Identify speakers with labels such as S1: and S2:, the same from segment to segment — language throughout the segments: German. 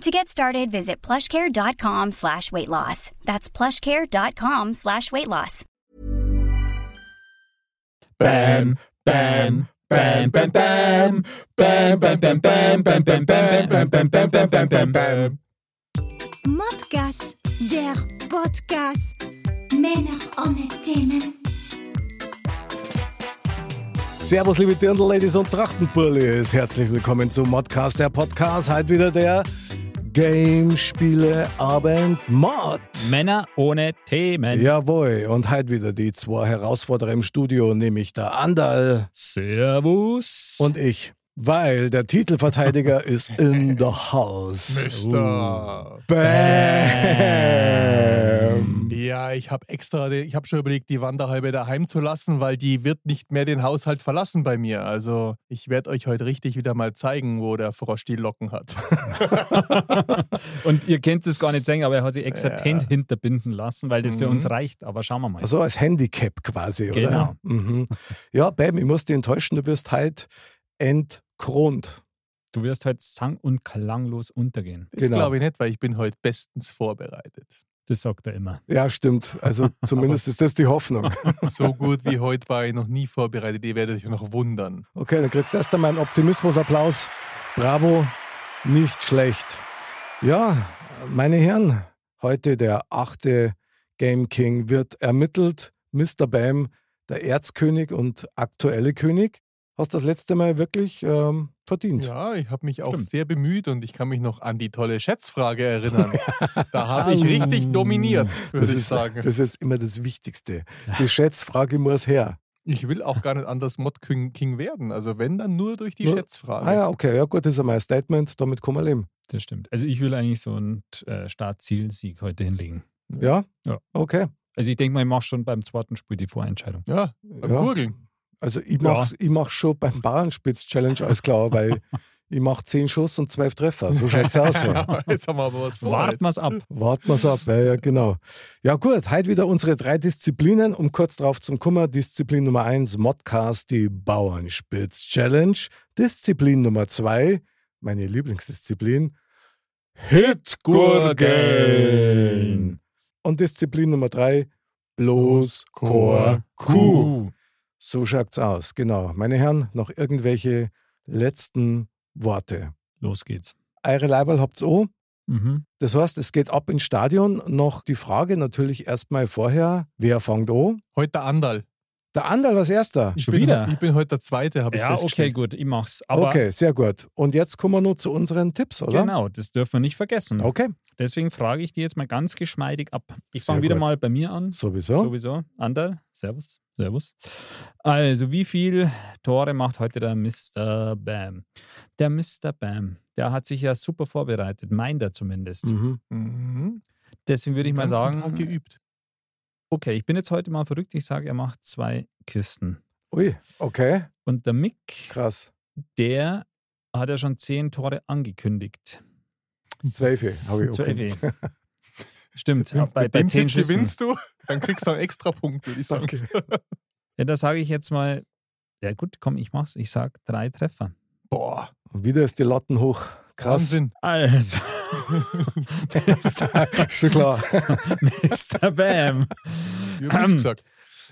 S1: To get started, visit plushcare.com slash weight loss. That's plushcare.com slash weight loss.
S2: Bam, bam, bam, bam, bam, bam, bam, bam, bam, bam, bam, bam, bam, bam, bam, bam, bam, bam, bam.
S3: Modcast, der Podcast. Männer ohne Themen.
S4: Servus, liebe Dirndl-Ladies und Trachtenburlis. Herzlich willkommen zu Modcast, der Podcast. Heute wieder der Gamespieleabend Mod.
S2: Männer ohne Themen.
S4: Jawohl, und heute wieder die zwei Herausforderer im Studio, nämlich der Andal
S2: Servus.
S4: und ich. Weil der Titelverteidiger ist in the house. Uh.
S5: Mister.
S4: Bam.
S5: Ja, ich habe extra, ich habe schon überlegt, die Wanderhalbe daheim zu lassen, weil die wird nicht mehr den Haushalt verlassen bei mir. Also ich werde euch heute richtig wieder mal zeigen, wo der Frosch die Locken hat.
S2: Und ihr könnt es gar nicht sagen, aber er hat sich extra Tent hinterbinden lassen, weil das für uns reicht. Aber schauen wir mal.
S4: Also als Handicap quasi, oder?
S2: Genau.
S4: Mhm. Ja, Bam, ich muss dich enttäuschen, du wirst heute entkront.
S2: Du wirst heute sang- und klanglos untergehen.
S5: Das
S4: Genau.
S5: glaube ich nicht, weil ich bin heute bestens vorbereitet.
S2: Das sagt er immer.
S4: Ja, stimmt. Also zumindest ist das die Hoffnung.
S5: So gut wie heute war ich noch nie vorbereitet. Ihr werdet euch noch wundern.
S4: Okay, dann kriegst du erst einmal einen Optimismusapplaus. Bravo, nicht schlecht. Ja, meine Herren, heute der achte Game King wird ermittelt. Mr. Bam, der Erzkönig und aktuelle König. Hast das letzte Mal wirklich ähm, verdient.
S5: Ja, ich habe mich auch
S2: Stimmt.
S5: sehr bemüht und ich kann mich noch an die tolle Schätzfrage erinnern. Da habe ich richtig dominiert, würde
S4: das,
S5: ich
S4: ist,
S5: sagen.
S4: das ist immer das Wichtigste. Die Schätzfrage muss her.
S5: Ich will auch gar nicht anders Mod King, King werden. Also wenn, dann nur durch die
S4: Nur-
S5: Schätzfrage.
S4: Ah ja, okay, ja gut, das ist einmal ein Statement, damit kann man leben.
S2: Das stimmt. Also ich will eigentlich so einen äh, Start-Ziel-Sieg heute hinlegen.
S4: Ja?
S2: Ja.
S4: Okay.
S2: Also ich denke mal, ich mache schon beim zweiten Spiel die Vorentscheidung.
S5: Ja, beim
S4: Ja.
S5: Gurgeln.
S4: Also ich mach, ich mach schon beim Bauernspitz-Challenge alles klar, weil ich mach 10 Schuss und 12 Treffer. So schaut's aus. Ja.
S5: Jetzt haben wir aber was vor.
S2: Warten wir es ab.
S4: Warten wir's ab, ja, ja, genau. Ja gut, heute wieder unsere drei Disziplinen, um kurz drauf zum Kummer. Disziplin Nummer 1, Modcast, die Bauernspitz-Challenge. Disziplin Nummer 2, meine Lieblingsdisziplin, Hitgurgeln. Und Disziplin Nummer 3, bloß Chor Kuh. So schaut's aus, genau. Meine Herren, noch irgendwelche letzten Worte.
S2: Los geht's.
S4: Eure Leiberl habt's auch.
S2: Mhm.
S4: Das heißt, es geht ab ins Stadion. Noch die Frage natürlich erstmal vorher, wer fängt an?
S5: Heute der Andal.
S4: Der Anderl als erster.
S2: Ich
S5: Ich
S2: Schon
S5: bin,
S2: wieder?
S5: ich bin heute der Zweite, habe ich
S2: Ja, okay,
S5: festgestellt.
S2: gut, ich mach's. Aber
S4: Okay, sehr gut. Und jetzt kommen wir nur zu unseren Tipps, oder?
S2: genau, das dürfen wir nicht vergessen.
S4: Okay,
S2: Deswegen frage ich die jetzt mal ganz geschmeidig ab. Ich
S4: Sehr
S2: fange wieder
S4: gut.
S2: mal bei mir an.
S4: sowieso.
S2: Sowieso. Anderl, Servus. Servus. Also, wie viel Tore macht heute der Mr. Bam? Der Mr. Bam, der hat sich ja super vorbereitet, meint er zumindest.
S4: Mhm.
S5: Mhm.
S2: Deswegen würde ich
S5: Den
S2: mal
S5: ganzen Tag
S2: sagen,
S5: geübt.
S2: okay, ich bin jetzt heute mal verrückt, ich sage, er macht zwei Kisten.
S4: Ui, okay,
S2: Und der Mick,
S4: krass.
S2: der hat ja schon zehn Tore angekündigt.
S4: Zweifel habe ich auch
S2: Zwei
S4: geguckt.
S2: Weh. Stimmt,
S5: Wenn
S2: bei,
S5: mit
S2: bei
S5: dem
S2: zehn
S5: Tipp
S2: Schüssen.
S5: gewinnst du, dann kriegst du einen extra Punkt, würde ich sagen.
S4: Danke.
S2: Ja, da sage ich jetzt mal, ja gut, komm, ich mach's. Ich sag drei Treffer.
S5: Boah,
S4: Und wieder ist die Latten hoch. Krass.
S5: Wahnsinn.
S2: Also, Mr.
S4: Schon klar.
S2: Mr. Bam.
S5: Wie hab ich's
S2: Ähm.
S5: gesagt?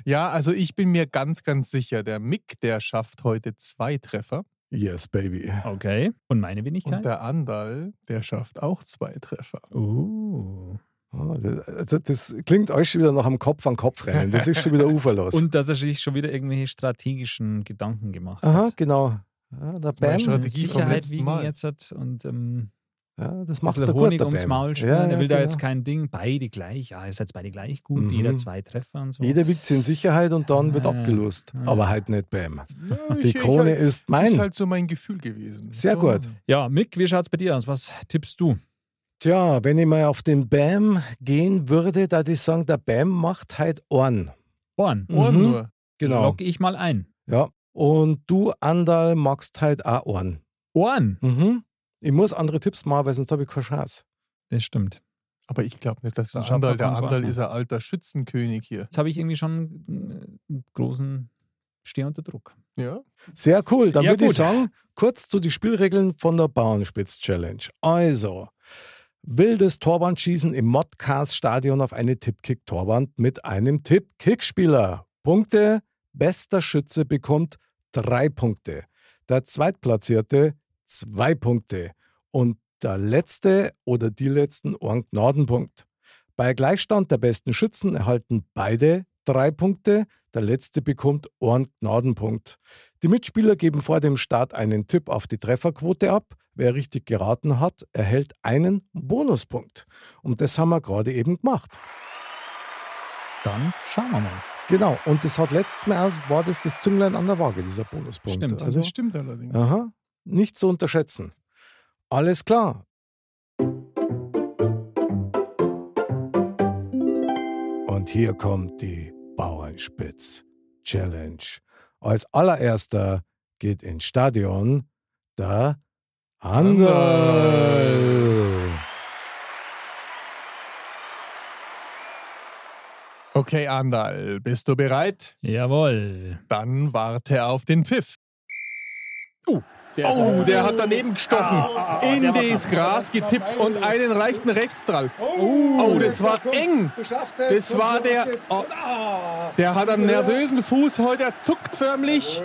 S5: Ja, also ich bin mir ganz, ganz sicher, der Mick, der schafft heute zwei Treffer.
S4: Yes, baby.
S2: Okay, und meine
S5: Und
S2: Wenigkeit?
S5: der Andal, der schafft auch zwei Treffer.
S2: Uh.
S4: Ah, Das, das- das klingt euch schon wieder nach einem Kopf an Kopf rennen. Das ist schon wieder uferlos.
S2: Und dass er sich schon wieder irgendwelche strategischen Gedanken gemacht
S4: Aha,
S2: hat.
S4: genau. Ja, der
S5: meine
S4: Bam,
S5: Strategie. vom
S2: Sicherheit
S5: letzten
S2: wiegen
S5: Mal.
S2: jetzt hat und ähm,
S4: ja, das
S2: ein
S4: macht der
S2: bisschen
S4: gut,
S2: Honig
S4: der
S2: ums
S4: Bam.
S2: Maul schmieren.
S4: Ja,
S2: er
S4: ja,
S2: will
S4: genau.
S2: da jetzt kein Dihr Ding. Beide gleich. Ja, ihr seid beide gleich gut.
S4: Mhm.
S2: Jeder zwei Treffer und so.
S4: Jeder wiegt sich in Sicherheit und dann wird
S2: Ah,
S4: abgelost.
S2: ah.
S4: Aber halt nicht Bam.
S5: Ja,
S4: Die
S5: ich- ich-
S4: Krone ist
S5: Das
S4: mein.
S5: ist halt so mein Gefühl gewesen.
S4: Sehr
S5: so.
S4: gut.
S2: Ja, Mick, wie schaut's bei dir aus? Was tippst du?
S4: Tja, wenn ich mal auf den Bam gehen würde, da ich sagen, der Bam macht halt Ohren.
S2: Ohren.
S5: Ohren
S4: Mhm.
S5: nur.
S4: Genau.
S2: Logge ich mal ein.
S4: Ja. Und du, Andal, magst halt auch Ohren.
S2: Ohren.
S4: Mhm. Ich muss andere Tipps machen, weil sonst habe ich keine Chance.
S2: Das stimmt.
S5: Aber ich glaube nicht, dass
S2: Das
S5: der
S2: schaut
S5: Andal,
S2: man
S5: der
S2: von
S5: Andal
S2: vorne.
S5: ist ein alter Schützenkönig hier.
S2: Jetzt habe ich irgendwie schon äh, einen großen Steh unter Druck.
S5: Ja.
S4: Sehr cool. Dann
S2: Ja,
S4: würde ich
S2: gut.
S4: sagen, kurz zu den Spielregeln von der Bauernspitz-Challenge. Also, wildes Torwandschießen im Modcast-Stadion auf eine Tippkick-Torwand mit einem Tippkick-Spieler. Punkte. Bester Schütze bekommt drei Punkte. Der Zweitplatzierte zwei Punkte. Und der Letzte oder die Letzten einen Gnadenpunkt. Bei Gleichstand der besten Schützen erhalten beide drei Punkte. Der Letzte bekommt einen Gnadenpunkt. Die Mitspieler geben vor dem Start einen Tipp auf die Trefferquote ab. Wer richtig geraten hat, erhält einen Bonuspunkt. Und das haben wir gerade eben gemacht.
S2: Dann schauen wir mal.
S4: Genau. Und das hat letztes Mal auch- war das das Zünglein an der Waage, dieser Bonuspunkt.
S2: Stimmt,
S5: Also, das stimmt allerdings.
S4: aha, nicht zu unterschätzen. Alles klar. Und hier kommt die Bauernspitz Challenge. Als allererster geht ins Stadion der Anderl.
S5: Okay, Andal, bist du bereit?
S2: Jawohl.
S5: Dann warte auf den Pfiff.
S2: Der
S5: Oh, der hat daneben gestochen. In
S2: der war
S5: das Gras getippt und einen leichten Rechtsdrall. Oh, das war eng. Das war der. Oh, der hat einen nervösen Fuß heute. Er zuckt förmlich.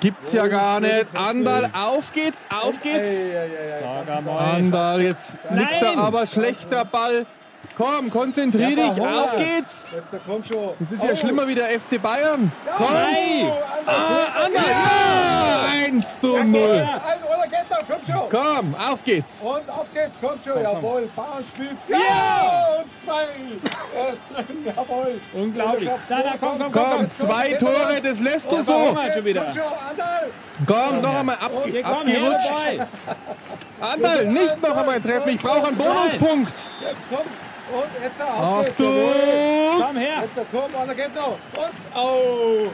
S5: Gibt's ja gar nicht. Andal, auf geht's, auf geht's. Andal, jetzt liegt
S2: Nein.
S5: da aber schlechter Ball. Komm, konzentrier dich, auf geht's. Das ist ja schlimmer wie der FC Bayern. Komm,
S2: Nein.
S5: Ah, Andal, ja! 1 zu 0. Komm, auf geht's.
S6: Und auf geht's, komm schon, jawohl, Bauernspitz. Ja! Und zwei. Er ist drin, jawohl.
S2: Unglaublich. Na, na, komm, komm, komm.
S5: Komm, zwei Tore, das lässt du so.
S2: Komm, schon wieder.
S6: Komm schon, Anderl.
S5: Komm, noch einmal ab,
S2: Hier, komm, her
S5: abgerutscht.
S2: dabei.
S5: Andal, nicht noch einmal treffen, ich brauche einen Bonuspunkt.
S6: Jetzt komm. Und jetzt auf
S5: Ach
S6: geht's, jawohl.
S5: du.
S2: Komm her.
S6: Jetzt komm, Anderl geht noch. Und, oh.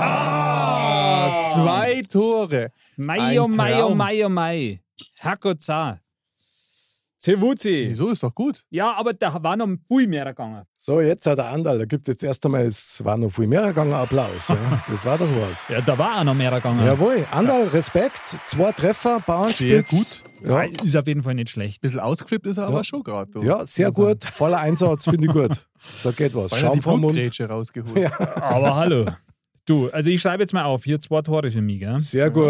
S5: Ah. Zwei Tore.
S2: Mai, oh,
S5: Ein
S2: Mai, oh,
S5: Traum.
S2: Mai, oh, Mai. Hakoza. Zewuzi.
S5: Wieso ist doch gut?
S2: Ja, aber da war noch viel mehr gegangen.
S4: So, jetzt hat der Anderl. Da gibt es jetzt erst einmal, es war noch viel mehr gegangen, Applaus. Ja. Das war doch was.
S2: Ja, da war auch noch mehr gegangen.
S4: Jawohl, Anderl, Respekt. Zwei Treffer, Bauernspitz. Ja.
S2: Ist auf jeden Fall nicht schlecht.
S5: bisschen ausgeflippt ist er aber schon gerade. du.
S4: Ja, sehr
S5: Also,
S4: gut. Voller Einsatz, finde ich gut. Da geht was.
S5: Beinahe
S4: Schaum
S5: die
S4: vom Mund.
S5: Blutgrätsche rausgeholt. Ja.
S2: Aber hallo. Du, also ich schreibe jetzt mal auf. Hier zwei Tore für mich, gell?
S4: Sehr gut.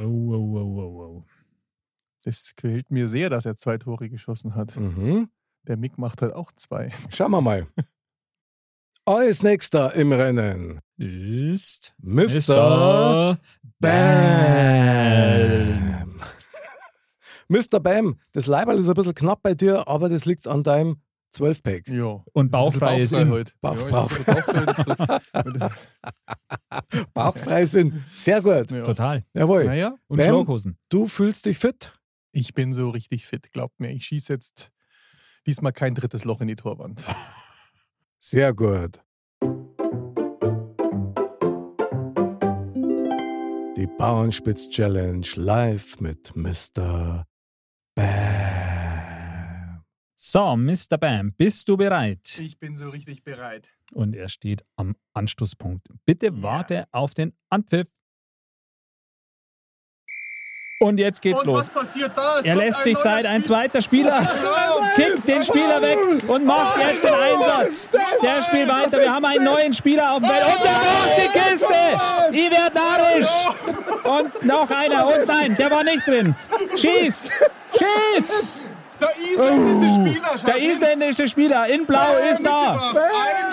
S2: Oh, oh, oh, oh, oh.
S5: Das quält mir sehr, dass er zwei Tore geschossen hat.
S4: Mhm.
S5: Der Mick macht halt auch zwei.
S4: Schauen wir mal. Als nächster im Rennen,
S2: Ist.
S4: Mr. Bam. Mr. Bam, das Leiberl ist ein bisschen knapp bei dir, aber das liegt an deinem 12-Pack.
S5: Ja.
S2: Und bauchfrei ist im.
S5: heute.
S4: Bauch-
S5: ja, ich hab ein bisschen Bauchfrei, das ist
S4: Bauchfrei sind. Sehr gut.
S5: so- ja.
S2: Total.
S4: Jawohl.
S5: Naja,
S2: Und
S4: Bam.
S2: Schlaghosen.
S4: Du fühlst dich fit?
S5: ich bin so richtig fit, glaubt mir. Ich schieße jetzt diesmal kein drittes Loch in die Torwand.
S4: Sehr gut. Die Bauernspitz Challenge live mit Mr. Bam.
S2: So, Mr. Bam, bist du bereit?
S5: Ich bin so richtig bereit.
S2: Und er steht am Anstoßpunkt. Bitte warte auf den Anpfiff. Und jetzt geht's los.
S5: passiert da?
S2: Er lässt sich Zeit, ein zweiter Spieler kickt den Spieler weg und macht jetzt den Einsatz. Der spielt weiter. Wir haben einen neuen Spieler auf dem Feld. Und der macht die Kiste. Iver Darisch. Und noch einer. Und nein, der war nicht drin. Schieß. Schieß.
S5: Der isländische Spieler
S2: Der isländische Spieler in Blau ist da.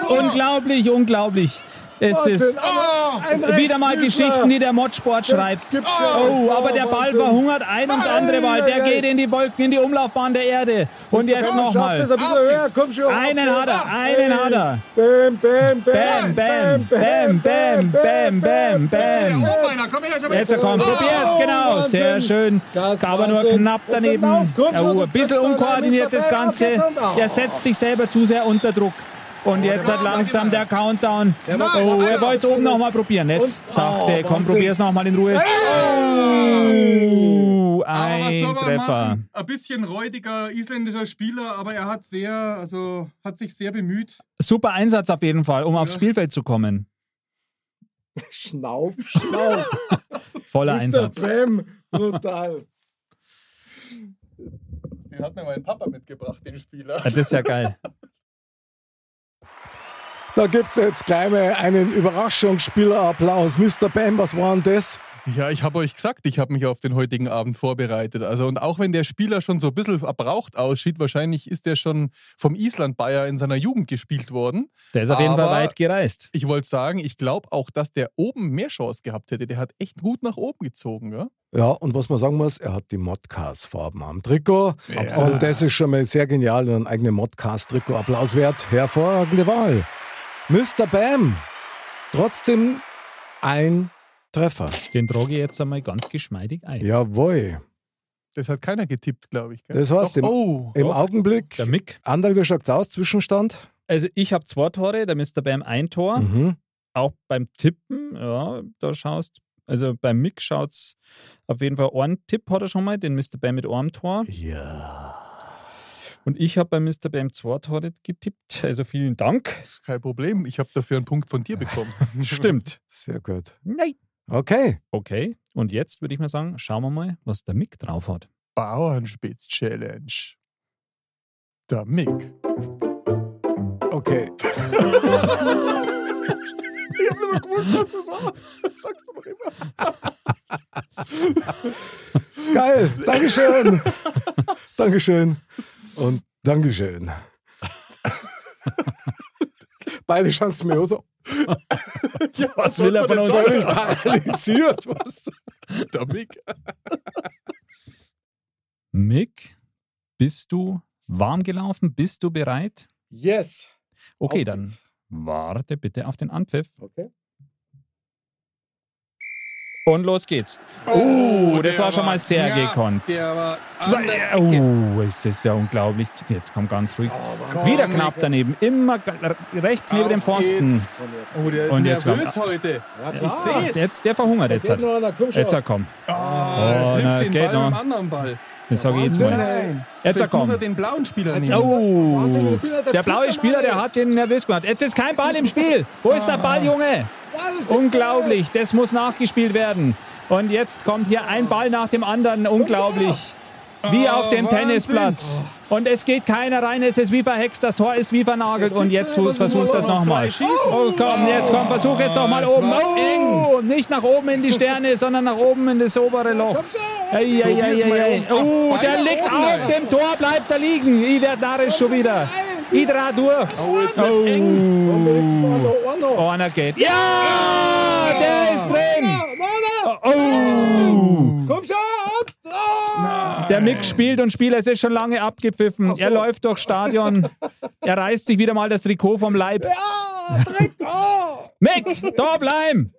S2: Unglaublich, unglaublich. Es ist
S5: Ah!
S2: wieder mal Geschichten, die der Modsport schreibt. Oh, aber der Ball verhungert ein ums andere Mal. Der geht in die Wolken, in die Umlaufbahn der Erde. Und jetzt
S6: Schaffst
S2: nochmal.
S6: das ein bisschen höher, komm schon.
S2: Einen hat er, einen hat er.
S6: Bäm, bäm,
S2: Bam,
S6: bäm.
S2: bam, bam, bam, bam, bam, bam.
S5: meiner, komm her, schon mal.
S2: Jetzt komm, probier's, genau,
S6: Oh, Wahnsinn.
S2: sehr schön.
S6: Das
S2: Aber nur
S6: Wahnsinn.
S2: knapp
S6: Jetzt
S2: daneben.
S6: sind auf, komm schon,
S2: Oh,
S6: du
S2: ein bisschen
S6: triffst dann,
S2: unkoordiniert
S6: dann
S2: das
S6: ist dabei,
S2: Ganze.
S6: auf geht's und-
S2: Er setzt sich selber zu sehr unter Druck. Und jetzt hat langsam der Countdown. Oh, er wollte es oben nochmal probieren. Jetzt sagt er, komm, probier's nochmal in Ruhe. Oh,
S7: Aber was
S2: ein
S7: soll man
S2: Treffer.
S7: machen? Ein bisschen räudiger isländischer Spieler, aber er hat sehr, also hat sich sehr bemüht.
S2: Super Einsatz auf jeden Fall, um aufs Spielfeld zu kommen.
S6: Schnauf, Schnauf.
S2: Voller
S6: Mr.
S2: Einsatz.
S6: Prem, brutal.
S7: Den hat mir mein Papa mitgebracht, den Spieler.
S5: Also,
S2: Das ist ja geil.
S4: Da gibt es jetzt gleich mal einen Überraschungsspielerapplaus. Mr. Bam, was war denn das?
S5: Ja, ich habe euch gesagt, ich habe mich auf den heutigen Abend vorbereitet. Also, und auch wenn der Spieler schon so ein bisschen verbraucht aussieht, wahrscheinlich ist der schon vom Island-Bayer in seiner Jugend gespielt worden.
S2: Der ist auf jeden Fall
S5: Aber-
S2: weit gereist.
S5: Ich wollte sagen, ich glaube auch, dass der oben mehr Chance gehabt hätte. Der hat echt gut nach oben gezogen, ja?
S4: Ja, und was man sagen muss, er hat die Modcast-Farben am Trikot. Und das ist schon mal sehr genial und ein eigener Modcast-Trikot. Applaus wert. Hervorragende Wahl. Mr. Bam, trotzdem ein Treffer.
S2: Den trage ich jetzt einmal ganz geschmeidig ein.
S4: Jawohl.
S5: Das hat keiner getippt, glaube ich. Gell?
S4: Das war's.
S5: Doch,
S4: Dem-
S5: Oh,
S4: Im Augenblick.
S2: Der Mick.
S4: Anderl, wie schaut's aus? Zwischenstand?
S2: Also ich habe zwei Tore, der Mr. Bam ein Tor.
S4: Mhm.
S2: Auch beim Tippen, ja, da schaust, also beim Mick schaut's auf jeden Fall einen Tipp hat er schon mal, den Mr. Bam mit einem Tor.
S4: Ja.
S2: Und ich habe bei Mr. Bam zwei Tore getippt. Also vielen Dank.
S5: kein Problem. Ich habe dafür einen Punkt von dir bekommen.
S2: Stimmt.
S4: Sehr gut.
S2: Nein.
S4: Okay.
S2: Okay, und jetzt würde ich mal sagen, schauen wir mal, was der Mick drauf hat.
S5: Bauernspitz-Challenge. Der Mick.
S4: Okay.
S5: Ich habe nur gewusst, dass das war. Das sagst du doch immer.
S4: Geil. Dankeschön. Dankeschön. Und Dankeschön. Beide Chancen mir auch so
S2: Was will er von uns?
S4: völlig paralysiert. Was?
S5: Der Mick.
S2: Mick, bist du warm gelaufen? Bist du bereit?
S6: Yes.
S2: Okay,
S6: Auf
S2: dann
S6: geht's.
S2: warte bitte auf den Anpfiff.
S6: Okay.
S2: Und los geht's.
S5: Oh,
S2: Oh, das
S5: der
S2: war schon mal
S5: war-
S2: sehr
S5: ja,
S2: gekonnt.
S5: Der war
S2: Zwei, oh, es ist ja unglaublich. Jetzt komm ganz ruhig.
S5: Oh,
S2: Wieder knapp daneben. Immer g- rechts neben
S5: Auf
S2: dem Pfosten.
S5: geht's. Oh, der ist
S2: Und jetzt
S5: nervös
S2: kommt-
S5: heute.
S6: Ja,
S5: Ich
S6: klar.
S5: sehe es.
S2: Jetzt, der verhungert jetzt.
S6: Geht
S2: Halt.
S6: noch einer, komm schon.
S2: Jetzt er komm.
S5: Ah,
S2: Oh,
S5: er trifft
S2: na,
S5: den
S2: geht
S5: Ball mit dem
S2: noch.
S5: anderen Ball.
S2: Das sag ich jetzt mal.
S5: Nein.
S2: Jetzt er
S5: Vielleicht muss er
S2: komm.
S5: den blauen Spieler nehmen.
S2: Oh,
S6: Spieler, der
S2: der blaue
S6: kriegt
S2: Spieler,
S6: nochmal
S2: der
S6: einen.
S2: hat den nervös gemacht. Jetzt ist kein Ball im Spiel. Wo ist der Ball, Junge?
S6: Ah. Das ist
S2: Unglaublich, das muss nachgespielt werden. Und jetzt kommt hier ein Ball nach dem anderen. Unglaublich. Wie auf dem
S5: Ah, Wahnsinn.
S2: Tennisplatz. Und es geht keiner rein, es ist wie verhext, das Tor ist wie vernagelt. Und jetzt
S5: was
S2: versucht
S5: verloren.
S2: das nochmal.
S5: Zwei schießen.
S2: Oh komm, jetzt komm, versuch jetzt doch mal
S5: es
S2: oben.
S5: war
S2: Oh, nicht nach oben in die Sterne, sondern nach oben in das obere Loch. Ei, ei, ei,
S5: Probier's
S2: ei,
S5: mal
S2: ei.
S5: oben.
S2: Oh, der
S5: Beide
S2: liegt
S5: oben,
S2: auf
S5: Alter.
S2: dem Tor, bleibt er liegen. Iverdarisch schon wieder. Idra durch.
S5: Oh, jetzt wird's eng.
S2: Oh, einer geht. Ja, der ist drin. Oh,
S6: Komm schon. Oh,
S2: der Mick spielt und spielt. Es ist schon lange abgepfiffen. Er läuft durchs Stadion. Er reißt sich wieder mal das Trikot vom Leib.
S6: Ah, direkt. Ah.
S2: Mick, da bleiben.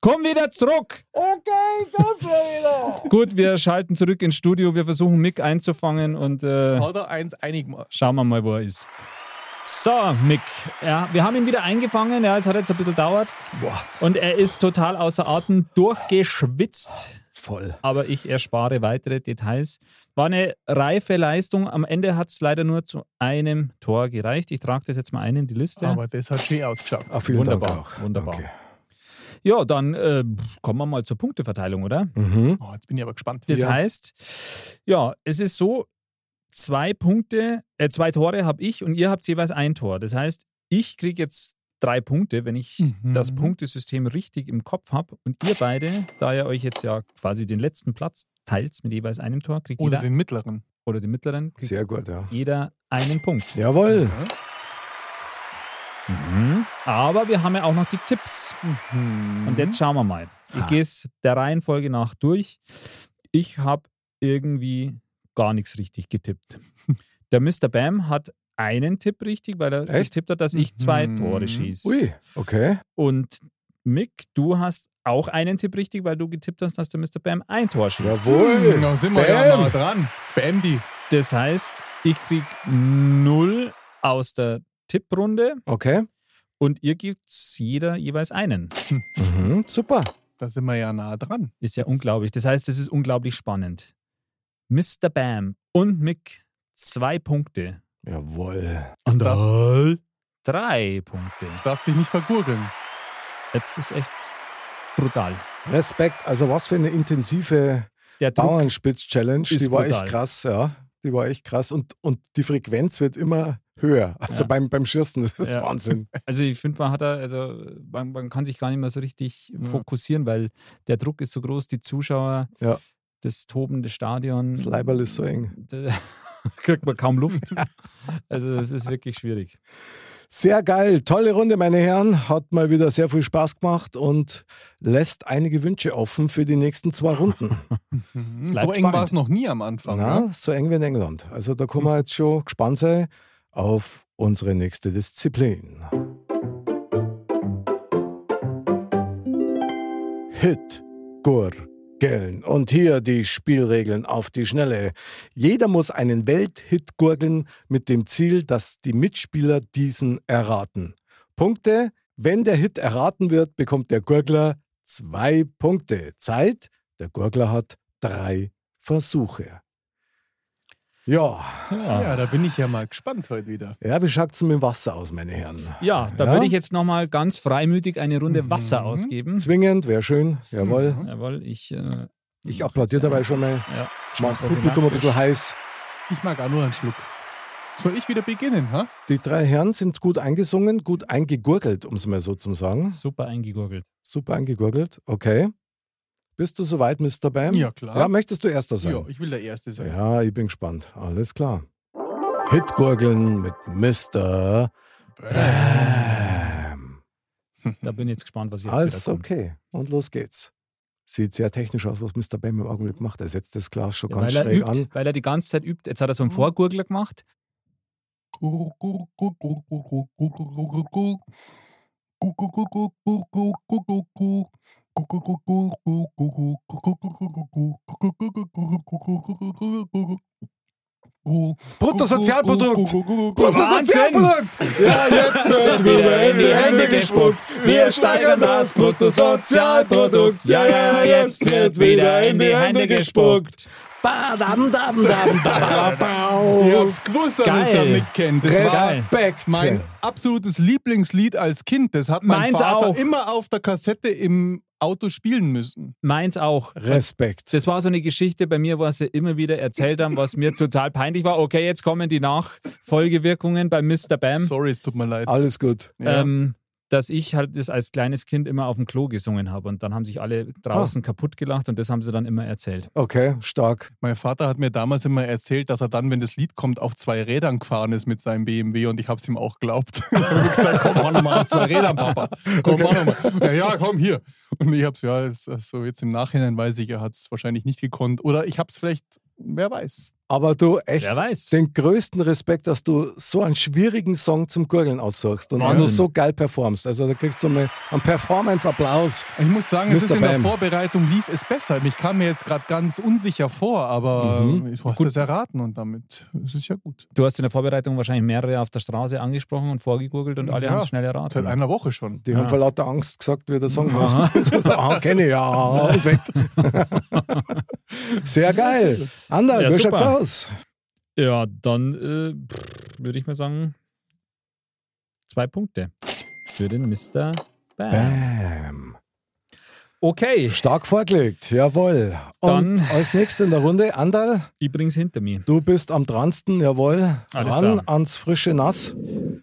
S2: Komm wieder zurück.
S6: Okay, komm schon wieder.
S2: Gut, wir schalten zurück ins Studio. Wir versuchen Mick einzufangen und äh,
S5: Hat er eins einig gemacht.
S2: schauen wir mal, wo er ist. So, Mick. Ja, wir haben ihn wieder eingefangen. Ja, es hat jetzt ein bisschen dauert.
S4: Boah,
S2: Und er ist total außer Atem, durchgeschwitzt.
S4: voll.
S2: aber ich erspare weitere Details. War eine reife Leistung. Am Ende hat es leider nur zu einem Tor gereicht. Ich trage das jetzt mal ein in die Liste.
S5: Aber das hat schön ausgeschaut.
S4: Ah, vielen
S2: Wunderbar,
S4: Dank auch.
S2: wunderbar.
S4: Danke.
S2: ja, dann äh, kommen wir mal zur Punkteverteilung, oder?
S4: Mhm.
S5: Oh, jetzt bin ich aber gespannt.
S2: Das
S5: Ja.
S2: heißt, ja, es ist so, zwei Punkte, äh, zwei Tore habe ich und ihr habt jeweils ein Tor. Das heißt, ich kriege jetzt drei Punkte, wenn ich
S5: Mhm.
S2: das Punktesystem richtig im Kopf habe. Und ihr beide, da ihr euch jetzt ja quasi den letzten Platz teilt mit jeweils einem Tor, kriegt
S5: Oder
S2: jeder
S5: den mittleren.
S2: oder den mittleren, kriegt
S4: Sehr gut, ja.
S2: jeder einen Punkt.
S4: Jawohl. Mhm.
S2: Aber wir haben ja auch noch die Tipps. Und jetzt schauen wir mal.
S4: Ah.
S2: Ich gehe es der Reihenfolge nach durch. Ich habe irgendwie gar nichts richtig getippt. Der Mr. Bam hat einen Tipp richtig, weil er
S4: Echt?
S2: getippt hat, dass ich zwei
S5: Mhm.
S2: Tore schieße.
S4: Ui, okay.
S2: Und Mick, du hast auch einen Tipp richtig, weil du getippt hast, dass der Mr. Bam ein Tor schießt.
S4: Jawohl.
S5: Hm, Da sind wir ja
S4: Bam.
S5: mal dran. Bam, die.
S2: Das heißt, ich krieg null aus der Tipprunde
S4: Okay.
S2: und ihr gibt's jeder jeweils einen.
S4: Mhm, super.
S5: Da sind wir ja nah dran.
S2: Ist ja unglaublich. Das heißt, es ist unglaublich spannend. Mr. Bam und Mick zwei Punkte.
S4: Jawohl.
S2: Anderl. Drei Punkte.
S5: Das darf sich nicht vergurgeln.
S2: Jetzt ist echt brutal.
S4: Respekt. Also was für eine intensive
S2: Der Druck
S4: Bauernspitz-Challenge.
S2: ist
S4: Die war echt
S2: brutal.
S4: krass, ja. Die war echt krass. Und, und die Frequenz wird immer höher. Also
S2: Ja.
S4: beim, beim Schirsten. Das ist
S2: Ja.
S4: Wahnsinn.
S2: Also ich finde, man hat da, also man, man kann sich gar nicht mehr so richtig fokussieren, weil der Druck ist so groß, die Zuschauer,
S4: Ja.
S2: das tobende Stadion.
S4: Das Leiberl ist so eng.
S2: Da kriegt man kaum Luft. Also das ist wirklich schwierig.
S4: Sehr geil. Tolle Runde, meine Herren. Hat mal wieder sehr viel Spaß gemacht und lässt einige Wünsche offen für die nächsten zwei Runden.
S5: Mhm,
S2: Bleibt
S5: so eng war
S2: spannend.
S5: es noch nie am Anfang.
S4: Na,
S5: ne?
S4: so eng wie in England. Also da können wir jetzt schon gespannt sein auf unsere nächste Disziplin. Hit, Gur, Gellen. Und hier die Spielregeln auf die Schnelle. Jeder muss einen Welthit gurgeln mit dem Ziel, dass die Mitspieler diesen erraten. Punkte. Wenn der Hit erraten wird, bekommt der Gurgler zwei Punkte. Zeit. Der Gurgler hat drei Versuche. Ja,
S5: Ja, da bin ich ja mal gespannt heute wieder.
S4: ja wie schaut's denn mit dem Wasser aus, meine Herren?
S2: Ja, da
S4: Ja? Mhm.
S2: würde ich jetzt nochmal ganz freimütig eine Runde Wasser
S5: Mhm.
S2: ausgeben.
S4: Zwingend, wäre schön. Jawohl.
S2: Jawohl, ich, äh,
S4: Hm? Ich applaudiere dabei schon mal.
S2: ja,
S4: Mach's Publikum ein bisschen heiß.
S5: Ich mag auch nur einen Schluck. Soll ich wieder beginnen, ha?
S4: Die drei Herren sind gut eingesungen, gut eingegurgelt, um es mal so zu sagen.
S2: Super eingegurgelt.
S4: Super eingegurgelt, okay. Bist du soweit, Mr.
S2: Ähm,
S4: Bam?
S5: Ja, klar.
S4: Ja, möchtest du erster sein?
S5: Ja, ich will der Erste sein.
S4: Ja, ich bin gespannt. Alles klar. Hitgurgeln mit Mr. Bam.
S2: Da bin ich jetzt gespannt, was jetzt
S4: Alles
S2: wieder kommt.
S4: okay. Und los geht's. Sieht sehr technisch aus, was Mr. Bam im Augenblick macht. Er setzt das Glas schon
S2: Ja,
S4: ganz
S2: weil, er
S4: schräg
S2: übt,
S4: an. Hm.
S2: weil er die ganze Zeit übt. Jetzt hat er so einen Vorgurgler gemacht.
S5: Bruttosozialprodukt!
S2: Ah,
S4: Bruttosozialprodukt! Ja, jetzt wird wieder in die Hände gespuckt. Wir steigern das Bruttosozialprodukt. Ja, ja, jetzt wird wieder in die Hände gespuckt. Badam, dam, dam, ba, ba,
S5: Ich
S4: ba.
S5: hab's gewusst, dass es
S2: Geil.
S5: da nicht kennt. Das war
S2: Geil.
S4: Respekt.
S5: mein absolutes Lieblingslied als Kind. Das hat mein
S2: Meins
S5: Vater
S2: auch.
S5: immer auf der Kassette im Auto spielen müssen.
S2: Meins auch.
S4: Respekt.
S2: Das war so eine Geschichte bei mir, was sie immer wieder erzählt haben, was mir total peinlich war. Okay, jetzt kommen die Nachfolgewirkungen bei Mr. Bam,
S5: Sorry, es tut mir leid.
S4: Alles gut.
S5: Ja.
S2: ähm, dass ich halt das als kleines Kind immer auf dem Klo gesungen habe und dann haben sich alle draußen
S4: Ah.
S2: kaputt gelacht und das haben sie dann immer erzählt.
S4: Okay, stark.
S5: Mein Vater hat mir damals immer erzählt, dass er dann, wenn das Lied kommt, auf zwei Rädern gefahren ist mit seinem BMW und ich hab's ihm auch geglaubt. ich hab gesagt, komm mach noch mal auf zwei Rädern, Papa. Komm mach noch mal. Ja, ja, komm hier. Und ich hab's, ja, ist, also jetzt im Nachhinein weiß ich, er hat's wahrscheinlich nicht gekonnt. Oder ich hab's vielleicht, wer weiß.
S4: Aber du, echt,
S2: Wer weiß?
S4: den größten Respekt, dass du so einen schwierigen Song zum Gurgeln aussuchst und auch
S2: Wahnsinn.
S4: noch so geil performst. Also da kriegst du mal einen Performance-Applaus.
S5: Ich muss sagen, es
S4: Mr.
S5: ist in der
S4: Bam.
S5: Vorbereitung lief es besser. Ich kam mir jetzt gerade ganz unsicher vor, aber
S4: Mhm.
S5: du hast
S4: Gut.
S5: es erraten und damit ist es ja gut.
S2: Du hast in der Vorbereitung wahrscheinlich mehrere auf der Straße angesprochen und vorgegurgelt
S4: Mhm,
S2: und alle
S5: Ja.
S2: haben es schnell
S5: Seit
S2: erraten.
S5: einer Woche schon.
S4: Die haben vor lauter Angst gesagt, wie der Song heißt. ah, kenne ich, ja, und weg. Sehr geil. Ander,
S2: Ja,
S4: wie schaut's
S2: super.
S4: aus?
S2: Ja, dann äh, pff, würde ich mal sagen, zwei Punkte für den Mr. Bam.
S4: Bam.
S2: Okay,
S4: Stark vorgelegt, jawohl. Und
S2: Dann-
S4: als nächstes in der Runde, Andal,
S2: ich bring's hinter mir.
S4: du bist am dransten, jawohl.
S2: Alles
S4: Ran
S2: klar.
S4: ans frische Nass,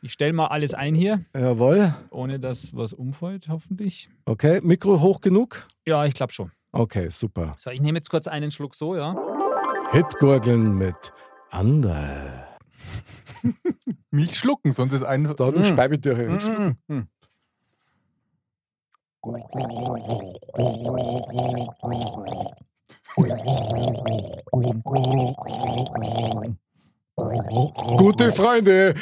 S2: Ich stelle mal alles ein hier,
S4: jawohl.
S2: ohne dass was umfällt, hoffentlich.
S4: Okay, Mikro hoch genug?
S2: Ja, ich glaube schon.
S4: Okay, super.
S2: So, ich nehme jetzt kurz einen Schluck so, ja.
S4: Hitgurgeln mit Andal.
S5: Milch schlucken, sonst ist ein. Hm.
S4: Da hat ein Speibetür hingeschickt. Gute Freunde.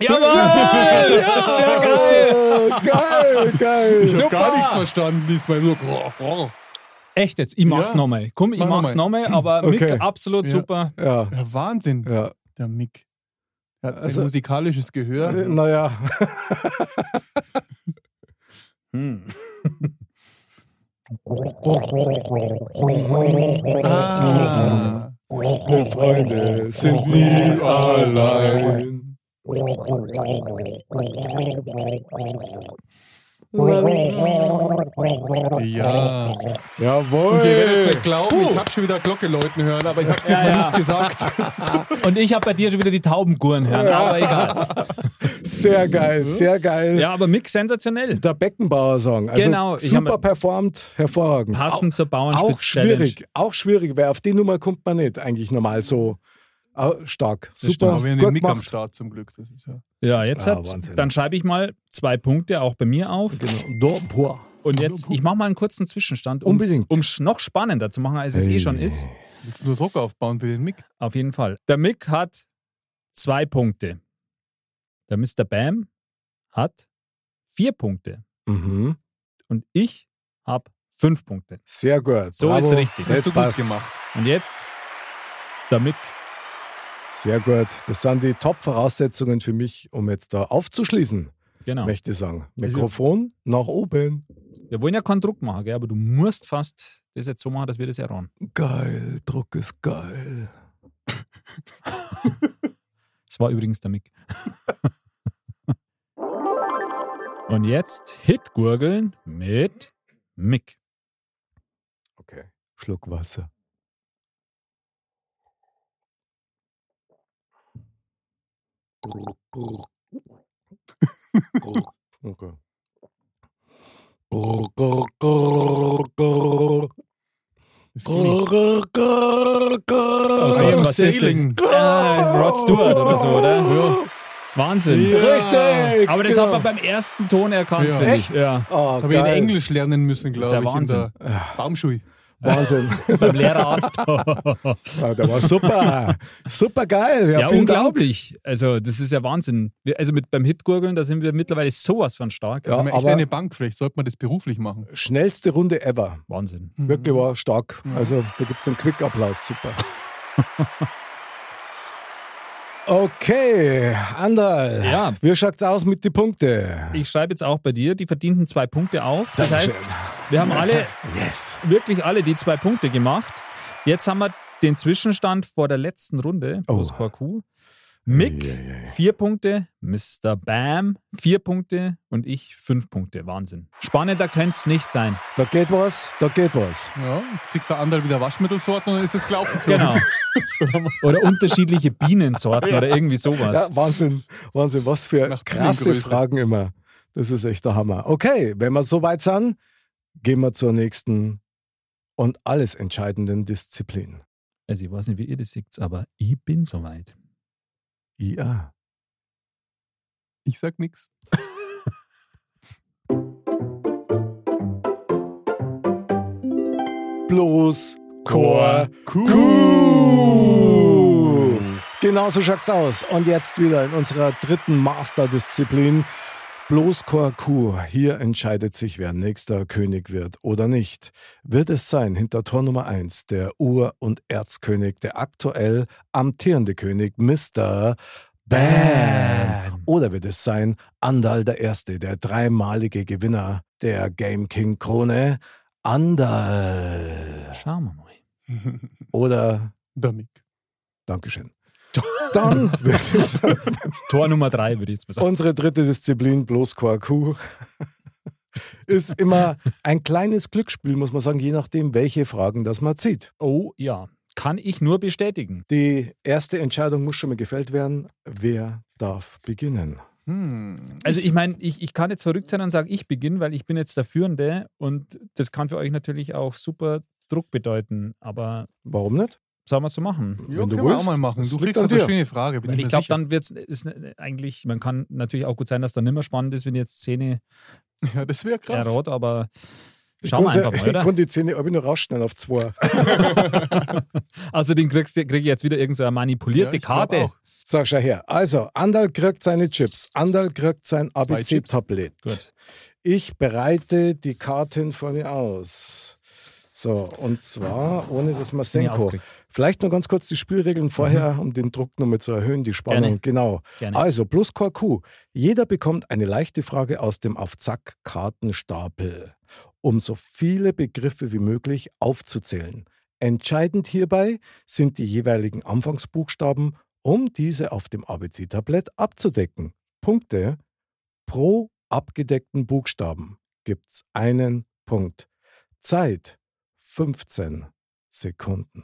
S2: Jawohl!
S4: Sehr geil. Oh, geil, geil.
S5: Ich habe
S2: Super.
S5: gar nichts verstanden diesmal. Nur grrr, grrr.
S2: Echt jetzt, ich mach's
S5: Ja.
S2: nochmal. Komm, ich
S5: Mach
S2: mach's nochmal, aber
S4: Okay.
S2: Mick absolut
S5: Ja.
S2: super.
S4: Ja,
S5: Ja, Wahnsinn,
S4: ja.
S5: der Mick. Er hat
S4: Also-
S5: ein musikalisches Gehör.
S4: Äh, Naja,
S5: Ah.
S4: gute Freunde sind nie allein.
S5: Ja.
S4: Jawohl.
S5: Ihr werdet es nicht glauben, ich habe schon wieder Glocke läuten hören, aber ich habe
S2: Ja,
S5: ja,
S2: ja.
S5: nicht gesagt.
S2: Und ich habe bei dir schon wieder die Taubengurren hören, aber egal.
S4: Sehr geil, sehr geil.
S2: Ja, aber Mix sensationell.
S4: Der Beckenbauer-Song. Also
S2: Genau, ich hab
S4: Super
S2: mal-
S4: performt, hervorragend.
S2: Passend zur
S4: Auch
S2: Bauernspitz-Challenge.
S4: schwierig, auch schwierig, weil auf die Nummer kommt man nicht eigentlich normal so Aber stark. Super,
S5: Aber wir haben den
S4: gut
S5: Mick am
S4: gemacht.
S5: Start zum Glück. Das ist ja.
S2: Ja, jetzt
S4: Ah,
S2: hat,
S4: Wahnsinn.
S2: dann schreibe ich mal zwei Punkte auch bei mir auf.
S4: Genau. Da, boah.
S2: Und jetzt, ich mache mal einen kurzen Zwischenstand, um
S4: Unbedingt.
S2: es noch spannender zu machen, als es eh schon ist.
S5: Jetzt nur Druck aufbauen für den Mick.
S2: Auf jeden Fall. Der Mick hat zwei Punkte. Der Mr. Bam hat vier Punkte.
S4: Mhm.
S2: Und ich habe fünf Punkte.
S4: Sehr gut.
S2: So
S4: Bravo.
S2: ist richtig.
S5: Hast
S4: Jetzt
S5: du gut
S4: passt.
S5: gemacht.
S2: Und jetzt der Mick.
S4: Sehr gut. Das sind die Top-Voraussetzungen für mich, um jetzt da aufzuschließen,
S2: Genau.
S4: möchte ich sagen.
S2: Also-
S4: Mikrofon nach oben.
S2: Wir wollen ja keinen Druck machen, gell? aber du musst fast das jetzt so machen, dass wir das erraten.
S4: Geil, Druck ist geil.
S2: Das war übrigens der Mick. Und jetzt Hitgurgeln mit Mick.
S4: Okay, Schluck Wasser. Okay.
S5: Ist gut.
S2: Oh Gott, was ist denn? Ah, Rod Stewart oder so, oder? Ja. Wahnsinn.
S4: Richtig!
S2: Aber das
S4: genau.
S2: hat man beim ersten Ton erkannt.
S5: Ja.
S2: finde ich.
S4: Echt?
S2: Ja.
S4: oh,
S5: Habe ich in
S4: geil.
S5: Englisch lernen müssen,
S2: ist ja
S5: glaube ich, in der Baumschule.
S4: Wahnsinn.
S2: Beim Lehreraustausch.
S4: Ah, der war super. Super geil. Ja,
S2: ja,
S4: vielen
S2: unglaublich. Also, das ist ja Wahnsinn. Wir- Also, mit, beim Hitgurgeln, da sind wir mittlerweile sowas von stark.
S4: Ja,
S5: Haben wir echt
S4: aber-
S5: eine Bank, vielleicht sollte man das beruflich machen.
S4: Dank. Schnellste Runde ever.
S2: Wahnsinn.
S4: Wirklich war stark. Also da gibt es einen Quick-Applaus. Super. Okay, Andal.
S2: Ja.
S4: Wie schaut's aus mit den Punkten?
S2: Ich schreibe jetzt auch bei dir die verdienten zwei Punkte auf. Das heißt, wir haben alle
S4: Yes.
S2: wirklich alle die zwei Punkte gemacht. Jetzt haben wir den Zwischenstand vor der letzten Runde plus
S4: Oh.
S2: Parcours. Mick, vier Punkte, Mr. Bam, vier Punkte und ich fünf Punkte. Wahnsinn. Spannender könnte es nicht sein.
S4: Da geht was, da geht was.
S5: Ja, jetzt kriegt der andere wieder Waschmittelsorten und dann ist es gelaufen für
S2: Genau.
S5: uns.
S2: Oder unterschiedliche Bienensorten oder irgendwie sowas.
S4: Ja, Wahnsinn, Wahnsinn, was für
S5: Nach
S4: krasse
S5: Bienengröße.
S4: Fragen immer. Das ist echt der Hammer. Okay, wenn wir soweit sind, gehen wir zur nächsten und alles entscheidenden Disziplin.
S2: Also ich weiß nicht, wie ihr das seht, aber ich bin soweit.
S4: IA.
S5: Ich sag nichts.
S4: Bloß Chor.
S5: Cool.
S4: Genau so schaut's aus. Und jetzt wieder in unserer dritten Masterdisziplin. Bloß Korku. Hier entscheidet sich, wer nächster König wird oder nicht. Wird es sein, hinter Tor Nummer 1, der Ur- und Erzkönig, der aktuell amtierende König, Mr. Bam? Oder wird es sein, Andal der Erste, der dreimalige Gewinner der Game King Krone, Andal?
S2: Schauen wir mal.
S4: Oder
S5: Der Mick.
S4: Dankeschön. Dann wird es
S2: Tor Nummer drei würde ich jetzt mal sagen.
S4: unsere dritte Disziplin, bloß Quarku. Ist immer ein kleines Glücksspiel, muss man sagen, je nachdem, welche Fragen das man zieht.
S2: Oh ja, kann ich nur bestätigen.
S4: Die erste Entscheidung muss schon mal gefällt werden. Wer darf beginnen?
S5: Hm.
S2: Also ich meine, ich, ich kann jetzt verrückt sein und sagen, ich beginne, weil ich bin jetzt der Führende und das kann für euch natürlich auch super Druck bedeuten, aber
S4: Warum nicht?
S2: sollen wir es so machen?
S5: Ja,
S4: Wenn du
S5: können wir
S4: willst,
S5: auch mal machen.
S4: das
S5: Du
S4: liegt an
S5: kriegst halt eine
S4: dir.
S5: schöne Frage. Bin
S2: Weil ich
S5: mir
S2: glaube,
S5: sicher.
S2: dann wird es eigentlich, man kann natürlich auch gut sein, dass dann nimmer spannend ist, wenn ich jetzt Szene
S5: Ja, das wäre krass.
S2: errot, aber
S4: Ich
S2: schauen wir
S4: konnte-
S2: einfach mal,
S4: Ich
S2: oder?
S4: konnte die Zähne irgendwie nur rausschneiden auf zwei.
S2: Also den kriegst du- krieg ich jetzt wieder irgendeine so eine manipulierte
S5: Ja, ich glaub
S2: Karte.
S5: auch.
S4: So, schau her. Also, Andal kriegt seine Chips. Andal kriegt sein
S5: Chips.
S4: ABC-Tablet.
S2: Gut.
S4: Ich bereite die Karten vor mir aus. So, und zwar ohne das
S2: Bin ich
S4: Masenko.
S2: aufgeregt. Mhm.
S4: Vielleicht nur ganz kurz die Spielregeln vorher, um den Druck nochmal zu erhöhen, die Spannung.
S2: Gerne.
S4: Genau.
S2: Gerne.
S5: Ah.
S4: Also, plus Korku. Jeder bekommt eine leichte Frage aus dem Auf-Zack-Kartenstapel, um so viele Begriffe wie möglich aufzuzählen. Entscheidend hierbei sind die jeweiligen Anfangsbuchstaben, um diese auf dem ABC-Tablett abzudecken. Punkte. Pro abgedeckten Buchstaben gibt's einen Punkt. Zeit 15 Sekunden.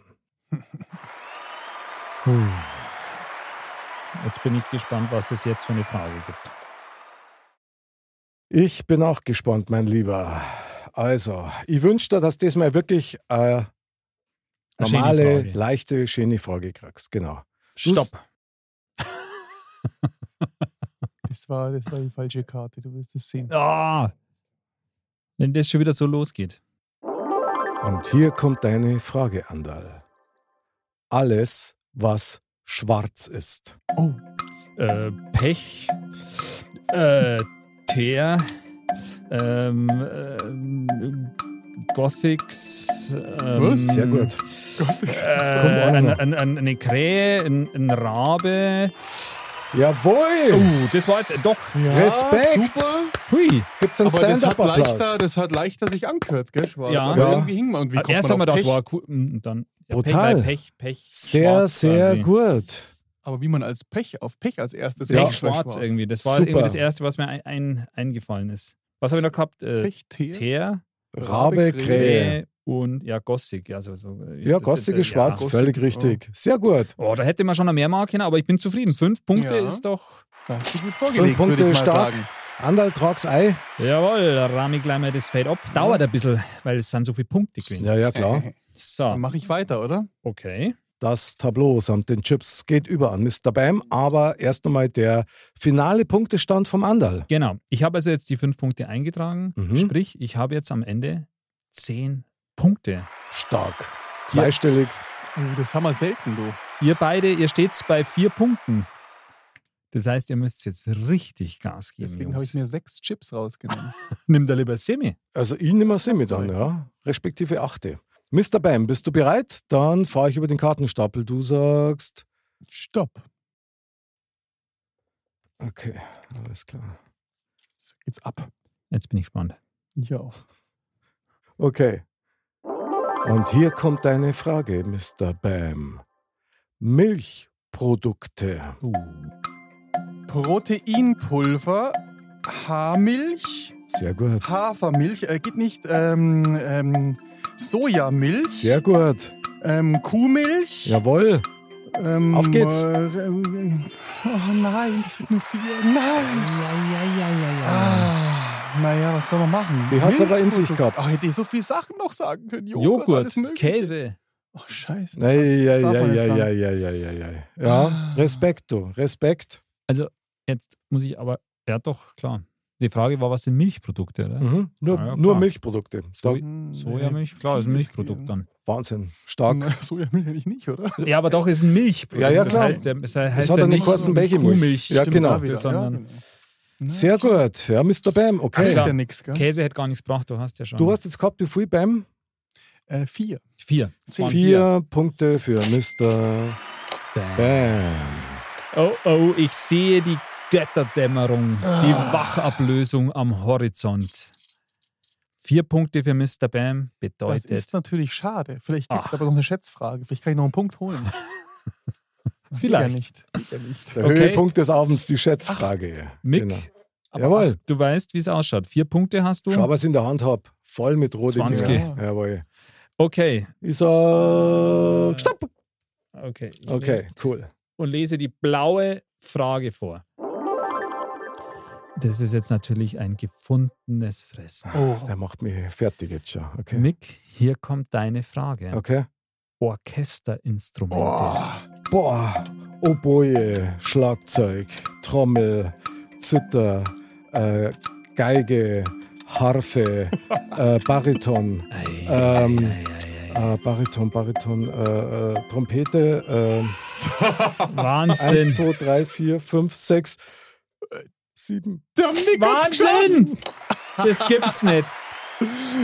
S2: Jetzt bin ich gespannt, was es jetzt für eine Frage gibt.
S4: Ich bin auch gespannt, mein Lieber. Also, ich wünsche dir, dass das mal wirklich äh,
S2: Eine schöne
S4: normale,
S2: Frage.
S4: leichte, schöne Frage kriegst. Genau.
S2: Stopp.
S5: Das war, das war die falsche Karte, du wirst es sehen.
S2: Ah, wenn das schon wieder so losgeht.
S4: Und hier kommt deine Frage, Andal. Alles, was schwarz ist.
S2: Äh, Pech, äh, Teer, ähm, ähm, Gothics. Ähm,
S4: Sehr gut.
S2: Äh,
S4: kommt auch
S2: ein,
S4: noch.
S2: ein, ein, eine Krähe, ein, ein Rabe.
S4: Jawohl!
S2: Uh, das war jetzt doch.
S4: Respekt!
S5: Super,
S2: Hui.
S4: Gibt's einen
S5: aber das hat, leichter,
S4: Stand-Up-Applaus?
S5: das hat leichter sich angehört, gell, Schwarz?
S2: Ja. Also
S5: Aber
S4: Ja.
S5: irgendwie hing man. Und wie kommt
S2: Erst
S5: man
S2: haben wir
S5: auf
S2: gedacht,
S5: Pech?
S2: war cool. mm, Dann ja, Pech,
S4: Brutal.
S2: weil Pech, Pech.
S4: Sehr,
S2: schwarz
S4: sehr
S2: quasi.
S4: gut.
S5: Aber wie man als Pech auf Pech als erstes
S2: Pech
S5: kommt, bei
S2: schwarz, irgendwie. Das war
S4: Super.
S2: irgendwie das Erste, was mir ein, ein, eingefallen ist. Was habe ich noch gehabt? Äh,
S5: Pech, Tee.
S2: Teer,
S4: Rabe,
S5: Rabe,
S4: Krähe.
S2: Krähe und ja, Gossig. Ja, so, so, äh,
S4: Ja,
S2: das
S4: Kostig ist
S2: jetzt, äh, ja.
S4: schwarz, völlig richtig. Sehr gut.
S2: Oh, da hätte man schon noch mehr Marken, aber ich bin zufrieden. Fünf Punkte
S5: Ja.
S2: ist doch.
S5: Da hast du gut
S4: Fünf
S5: vorgelegt, würde
S4: Punkte
S5: ich mal
S4: stark.
S5: sagen.
S4: Andal trag's Ei.
S2: Jawohl, der Rami gleich mal das Fade ab. Dauert ein bisschen, weil es sind so viele Punkte gewesen.
S4: Ja, ja, klar.
S5: Dann
S2: So,
S5: mache ich weiter, oder?
S2: okay.
S4: Das Tableau samt den Chips geht über an Mr. Bam, aber erst einmal der finale Punktestand vom Andal.
S2: Genau. Ich habe also jetzt die fünf Punkte eingetragen.
S4: Mhm.
S2: Sprich, ich habe jetzt am Ende zehn Punkte.
S4: Stark. Zweistellig.
S5: Oh, das haben wir selten, du.
S2: Ihr beide, ihr steht bei vier Punkten. Das heißt, ihr müsst jetzt richtig Gas geben.
S5: Deswegen habe
S2: Jungs.
S5: ich mir sechs Chips rausgenommen.
S2: Nimm da lieber Semi.
S4: Also ich nehme sie mit an,
S5: korrekt.
S4: ja. Respektive achte. Mr. Bam, bist du bereit? Dann fahre ich über den Kartenstapel. Du sagst.
S5: Stopp.
S4: Okay, alles klar.
S5: Jetzt geht's ab.
S2: Jetzt bin ich gespannt.
S5: Ich auch.
S4: Okay. Und hier kommt deine Frage, Mr. Bam. Milchprodukte.
S2: Uh,
S5: Proteinpulver, Haarmilch,
S4: Sehr gut.
S5: Hafermilch, äh, geht nicht, ähm, ähm, Sojamilch,
S4: Sehr gut.
S5: ähm, Kuhmilch.
S4: Jawohl.
S5: Ähm,
S4: Auf geht's.
S5: äh, äh, oh nein, das sind nur vier. Nein! Ah, naja, was soll man machen?
S4: Die hat's aber in sich
S5: Milchprodukte.
S4: gehabt.
S5: Ach, hätte ich so viele Sachen noch sagen können. Joghurt,
S2: Joghurt,
S5: alles mögliche.
S2: Käse.
S5: Oh, scheiße.
S4: Ei, ei,
S5: Das darf man
S4: ei,
S5: nicht
S4: ei,
S5: sagen.
S4: ei, ei, ei, ei, ei. Ja, Respekt, du. Respekt.
S2: Jetzt muss ich aber, ja doch, klar. Die Frage war, was sind Milchprodukte? Oder?
S4: Mhm. Nur,
S2: Ja, ja,
S4: nur
S2: klar.
S4: Milchprodukte. Da,
S2: So,
S5: Hm,
S2: Sojamilch, klar, ist ein Milchprodukt dann.
S4: Wahnsinn. Stark.
S2: Ne,
S5: Na, Sojamilch eigentlich nicht, oder?
S2: Ja, aber doch, ist ein Milchprodukt.
S4: Ja, ja, klar.
S2: Das heißt, ja- das heißt
S4: Es hat
S2: ja
S4: dann den
S2: nicht
S4: Kosten Bächemilch.
S2: Kuhmilch.
S4: Ja,
S2: stimmt,
S4: genau.
S2: da wieder,
S5: wieder,
S2: sondern
S5: genau.
S4: Sehr gut. Ja, Mr. Bam, okay.
S5: Kriegt
S2: Klar.
S5: ja nix, gell?
S2: Käse hätte gar nichts gebracht, du hast ja schon.
S4: Du hast jetzt gehabt, wie viel Bam?
S5: Äh, vier.
S2: vier. Es waren
S4: Vier Punkte für Mr.
S2: Bam.
S4: Bam.
S2: Oh, oh, ich sehe die Götterdämmerung, die
S4: Ah.
S2: Wachablösung am Horizont. Vier Punkte für Mr. Bam
S5: Das
S2: bedeutet
S5: ist natürlich schade. Vielleicht gibt
S2: Ach.
S5: es aber noch eine Schätzfrage. Vielleicht kann ich noch einen Punkt holen.
S2: Vielleicht.
S5: Geht ja nicht. Geht ja nicht.
S4: Der
S2: Okay.
S4: Höhepunkt des Abends, die Schätzfrage.
S2: Mick.
S4: Genau. Jawohl.
S2: Du weißt, wie es ausschaut. Vier Punkte hast du.
S4: Schau, was ich in der Hand habe. Voll mit roten
S2: 20.
S4: Dingen. Jawohl.
S2: Okay,
S4: Ich sag. Stopp!
S2: okay. Ich
S4: Okay, cool.
S2: und lese die blaue Frage vor. Das ist jetzt natürlich ein gefundenes Fressen.
S5: Oh,
S4: Der macht mich fertig jetzt schon. Okay.
S2: Mick, hier kommt deine Frage.
S4: Okay.
S2: Orchesterinstrumente.
S5: Oh.
S4: Boah, Oboe, Schlagzeug, Trommel, Zither, äh, Geige, Harfe, äh, Bariton,
S2: Ei,
S4: ähm,
S2: ei, ei, ei.
S4: äh, Bariton, Bariton, äh, äh, Trompete, äh, 1,
S2: Wahnsinn!
S4: 2, 3, 4, 5, 6, 7.
S2: Wahnsinn! Das gibt's nicht.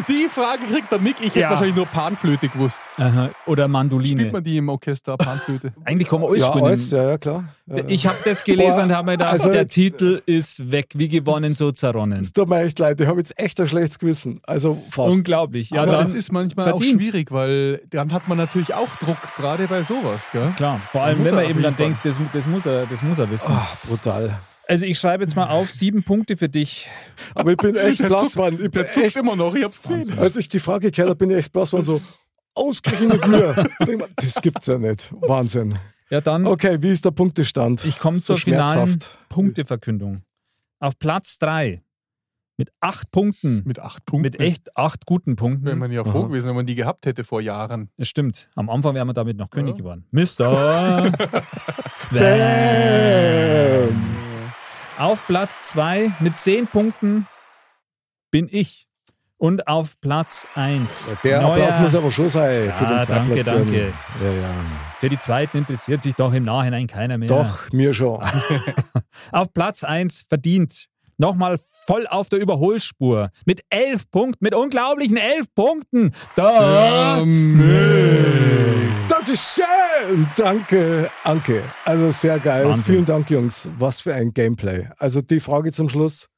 S5: Die Frage kriegt der Mick. Ich hätte
S2: Ja.
S5: wahrscheinlich nur Panflöte gewusst.
S2: Aha. Oder
S5: Spielt
S2: Mandoline.
S5: man die im Orchester, Panflöte?
S2: Eigentlich kann man alles
S4: Ja,
S2: spielen.
S4: alles, ja, ja, klar. Ja, ja.
S2: Ich habe das gelesen
S4: Boah,
S2: und habe mir gedacht,
S4: also-
S2: der Titel ist weg. Wie gewonnen, so zerronnen.
S4: Es tut mir echt leid, ich habe jetzt echt ein schlechtes Gewissen. Also fast.
S2: Unglaublich. Ja,
S5: Aber
S2: dann,
S5: das ist manchmal
S2: verdient.
S5: auch schwierig, weil dann hat man natürlich auch Druck, gerade bei sowas, gell?
S2: Klar, vor allem,
S5: Muss
S2: wenn
S5: er
S2: man
S5: auf
S2: eben dann
S5: jeden
S2: denkt, das, das, muss er, das muss er wissen.
S4: Ach, brutal.
S2: Also ich schreibe jetzt mal auf, sieben Punkte für dich.
S4: Aber ich bin echt blass geworden. Ich bin
S5: Der zuckt
S4: echt,
S5: immer noch, ich hab's
S2: Genau.
S5: gesehen.
S4: als ich die Frage gehört habe, bin ich echt blass geworden. So, ausgerechnet mir. Ich denk mir, Das gibt's ja nicht. Wahnsinn.
S2: Ja, dann,
S4: Okay, wie ist der Punktestand?
S2: Mhm. ich komme
S4: So
S2: zur finalen
S4: schmerzhaft.
S2: Punkteverkündung. Auf Platz drei mit acht Punkten,
S5: Mit acht Punkten.
S2: mit echt acht guten
S5: Wäre
S2: Punkten.
S5: man ja froh gewesen, wenn man die gehabt hätte vor Jahren.
S2: Es stimmt, am Anfang wären wir damit noch König geworden. Mister Bam. Auf Platz zwei mit zehn Punkten bin ich. Und auf Platz eins
S4: Der
S2: neuer-
S4: Applaus muss aber schon sein für
S2: Ja,
S4: den
S2: danke,
S4: Zweitplatz.
S2: danke.
S4: Ja, ja.
S2: Für die Zweiten interessiert sich doch im Nachhinein keiner mehr.
S4: Doch, mir schon.
S2: Auf Platz 1 verdient. Nochmal voll auf der Überholspur. Mit elf Punkten, mit unglaublichen elf Punkten. Da.
S5: Ähm.
S4: Dankeschön! Danke, Anke. Also sehr geil.
S2: Wahnsinn.
S4: Vielen Dank, Jungs. Was für ein Gameplay. Also die Frage zum Schluss.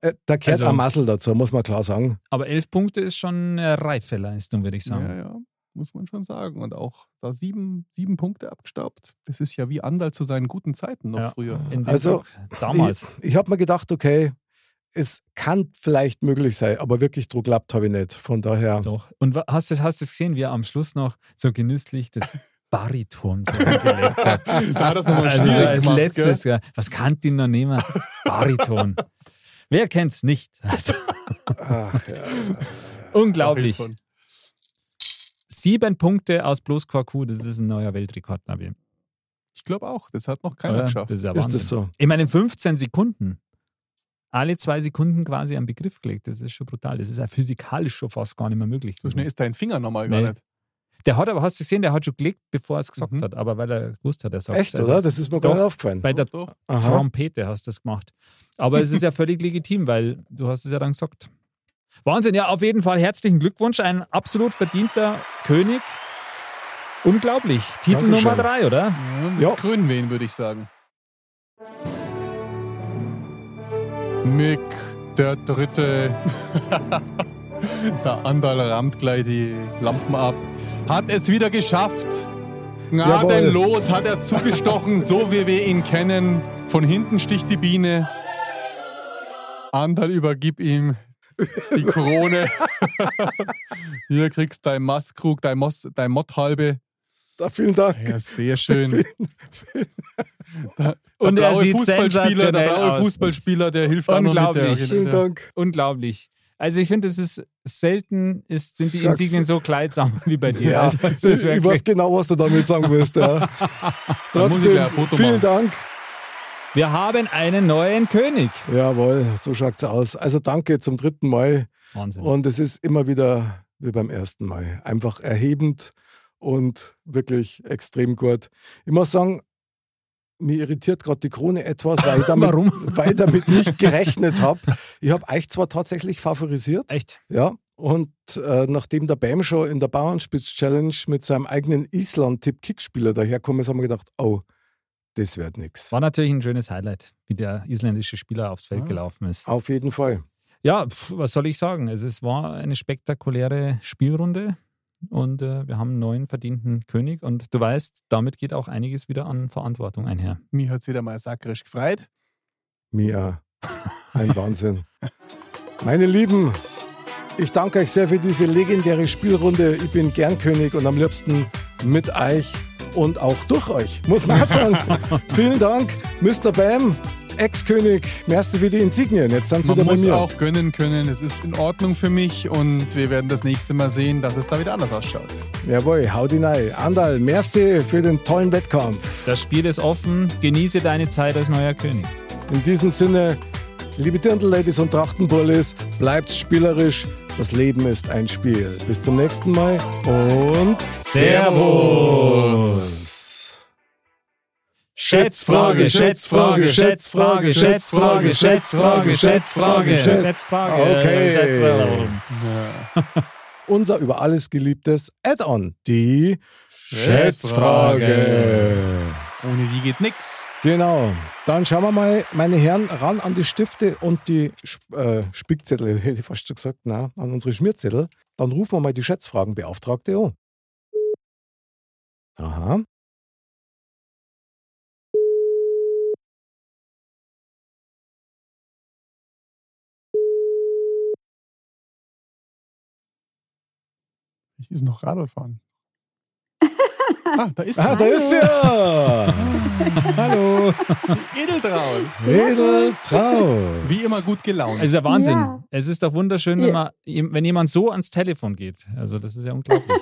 S4: Äh, da gehört
S2: Also-
S4: ein Massel dazu, muss man klar sagen.
S2: Aber elf Punkte ist schon eine reife Leistung, würde ich
S5: Ja,
S2: sagen.
S5: ja, muss man schon sagen. Und auch da sieben, sieben Punkte abgestaubt. Das ist ja wie Andal zu seinen guten Zeiten noch
S2: Ja.
S5: früher.
S2: In dem
S4: Also,
S2: Tag- damals.
S4: Ich, ich habe mir gedacht, okay, es kann vielleicht möglich sein, aber wirklich Druck klappt habe ich nicht. Von daher.
S2: Doch. Und wa- hast du das hast du gesehen, wie er am Schluss noch so genüsslich das Bariton so angelegt hat?
S5: Da hat das nochmal
S2: Also
S5: schwierig
S2: als
S5: gemacht,
S2: letztes, ja. was kann die noch nehmen? Bariton. Wer kennt's nicht? Also,
S4: Ach, ah, ja.
S2: unglaublich.
S5: Bariton.
S2: Sieben Punkte aus bloß Quarku, das ist ein neuer Weltrekord, Nabil.
S5: Ich glaube auch, das hat noch keiner
S2: Oder?
S5: geschafft.
S2: Das ist ja
S4: Ist
S2: Wahnsinn.
S4: das so?
S2: Ich meine, in 15 Sekunden. Alle zwei Sekunden quasi einen Begriff gelegt. Das ist schon brutal. Das ist ja physikalisch schon fast gar nicht mehr möglich.
S5: So schnell ist dein Finger normal
S2: Nee.
S5: gar nicht.
S2: der hat aber, hast du gesehen, der hat schon gelegt, bevor er es gesagt
S5: Mhm.
S2: hat. Aber weil er gewusst hat, er sagt
S4: Echt, oder? Das ist mir gar
S2: Doch.
S4: nicht aufgefallen.
S2: Bei der
S5: Doch,
S4: Aha.
S2: Trompete hast du das gemacht. Aber es ist ja völlig legitim, weil du hast es ja dann gesagt. Wahnsinn, ja, auf jeden Fall herzlichen Glückwunsch. Ein absolut verdienter König. Unglaublich. Titel
S4: Dankeschön.
S2: Nummer drei, oder?
S5: Ja,
S4: Ja.
S5: jetzt krönen wir ihn, würde ich sagen. Mick, der Dritte. der Andal rammt gleich die Lampen ab. Hat es wieder geschafft. Gnadenlos hat er zugestochen, so wie wir ihn kennen. Von hinten sticht die Biene. Andal übergib ihm die Krone. Hier kriegst dein Maskrug, dein, Mos, dein Motthalbe.
S4: Da, Ah, vielen Dank.
S5: Ja, sehr schön. Da- der
S2: Und er
S5: blaue
S2: sieht
S5: Fußballspieler, Der
S2: sensationell
S5: blaue
S2: aus.
S5: Fußballspieler, der hilft auch noch mit der.
S2: Unglaublich.
S4: Vielen Dank.
S2: Unglaublich. Also ich finde, es ist selten ist, sind die
S4: Schatz.
S2: Insignien so kleidsam wie bei dir.
S4: Ja,
S2: also, es ist
S4: ich
S2: wirklich,
S4: weiß genau, was du damit sagen willst. Ja.
S5: Dann muss
S4: Trotzdem,
S5: ich gleich ein Foto
S4: vielen
S5: machen.
S4: Dank.
S2: wir haben einen neuen König.
S4: Jawohl, so schaut's aus. Also danke zum dritten Mal.
S2: Wahnsinn.
S4: Und es ist immer wieder wie beim ersten Mal. Einfach erhebend und wirklich extrem gut. Ich muss sagen, mir irritiert gerade die Krone etwas, weil ich damit,
S2: Warum?
S4: Weil ich damit nicht gerechnet habe. Ich habe euch zwar tatsächlich favorisiert,
S2: Echt?
S4: ja. Und äh, nachdem der Bam schon in der Bauernspitz-Challenge mit seinem eigenen Island-Tipp Kickspieler daherkommen ist, haben wir gedacht, oh, das wird nichts.
S2: War natürlich ein schönes Highlight, wie der isländische Spieler aufs Feld
S5: Ah.
S2: gelaufen ist.
S4: Auf jeden Fall.
S2: Ja, pf, was soll ich sagen? Also es war eine spektakuläre Spielrunde und äh, wir haben einen neuen verdienten König und du weißt, damit geht auch einiges wieder an Verantwortung einher.
S5: Mir hat es wieder mal sakrisch gefreut.
S4: Mia, ein Wahnsinn. Meine Lieben, ich danke euch sehr für diese legendäre Spielrunde. Ich bin gern König und am liebsten mit euch und auch durch euch, muss man auch sagen. Vielen Dank, Mr. Bam, Ex-König. Merci für die Insignien. Jetzt sind sie
S5: Man
S4: wieder bei
S5: muss
S4: mir.
S5: auch gönnen können. Es ist in Ordnung für mich und wir werden das nächste Mal sehen, dass es da wieder anders ausschaut.
S4: Jawohl, haut hinein. Andal, merci für den tollen Wettkampf.
S2: Das Spiel ist offen, genieße deine Zeit als neuer König.
S4: In diesem Sinne, liebe Dirndl-Ladies und Trachtenbullis, bleibt spielerisch. Das Leben ist ein Spiel. Bis zum nächsten Mal und
S2: Servus! Schätzfrage, Schätzfrage, Schätzfrage, Schätzfrage, Schätzfrage, Schätzfrage,
S4: Schätz-
S2: Schätzfrage.
S4: Okay.
S2: Schätzfrage.
S4: Unser über alles geliebtes Add-on, die Schätzfrage.
S5: Ohne die geht nix.
S4: Genau. Dann schauen wir mal, meine Herren, ran an die Stifte und die Sp- äh, Spickzettel, hätte ich fast schon gesagt, na, an unsere Schmierzettel. Dann rufen wir mal die Schätzfragenbeauftragte an. Aha.
S7: Ich ist noch Radl fahren.
S5: Ah, da ist
S4: Ah, da ist sie ja!
S2: Hallo.
S5: Edeltraun.
S4: Edeltraut.
S5: Wie immer gut gelaunt.
S2: Es ist ja Wahnsinn.
S8: Ja.
S2: Es ist doch wunderschön, wenn, man, wenn jemand so ans Telefon geht. Also das ist ja unglaublich.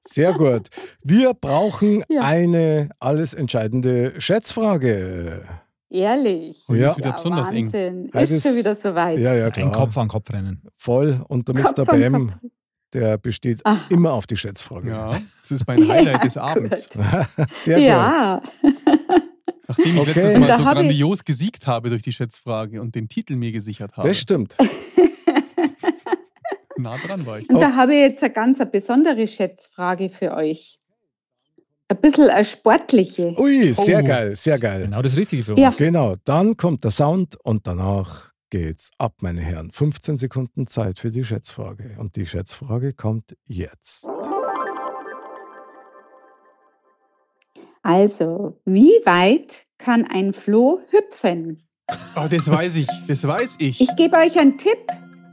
S4: Sehr gut. Wir brauchen
S8: Ja.
S4: eine alles entscheidende Schätzfrage.
S8: Ehrlich.
S4: Heute ist
S5: Oh, wieder besonders eng.
S8: Wahnsinn.
S4: Heute
S8: Ist schon
S4: ist-
S8: wieder soweit.
S4: Ja, ja,
S2: Ein
S4: klar.
S2: Kopf an Kopf rennen.
S4: Voll. Und der Mr.
S8: Kopf an
S4: Bam,
S8: Kopf.
S4: der besteht
S8: Ah.
S4: immer auf die Schätzfrage.
S5: Ja, das ist mein Highlight des
S4: Oh
S5: Abends.
S8: Gut.
S4: Sehr gut.
S8: Ja,
S5: Nachdem ich
S4: Okay.
S5: letztes
S4: Und
S5: Mal
S8: da
S5: so
S8: hab ich-
S5: grandios gesiegt habe durch die Schätzfrage und den Titel mir gesichert habe.
S4: Das stimmt.
S5: nah dran war ich.
S8: und
S4: Oh.
S8: da habe ich jetzt eine ganz eine besondere Schätzfrage für euch. Ein bisschen eine sportliche.
S4: Ui, sehr
S5: Oh.
S4: geil, sehr geil.
S2: Genau das Richtige für uns.
S8: Ja.
S4: Genau, dann kommt der Sound und danach geht's ab, meine Herren. 15 Sekunden Zeit für die Schätzfrage. Und die Schätzfrage kommt jetzt.
S8: Also, wie weit kann ein Floh hüpfen?
S5: Oh, das weiß ich. Das weiß ich.
S8: Ich gebe euch einen Tipp.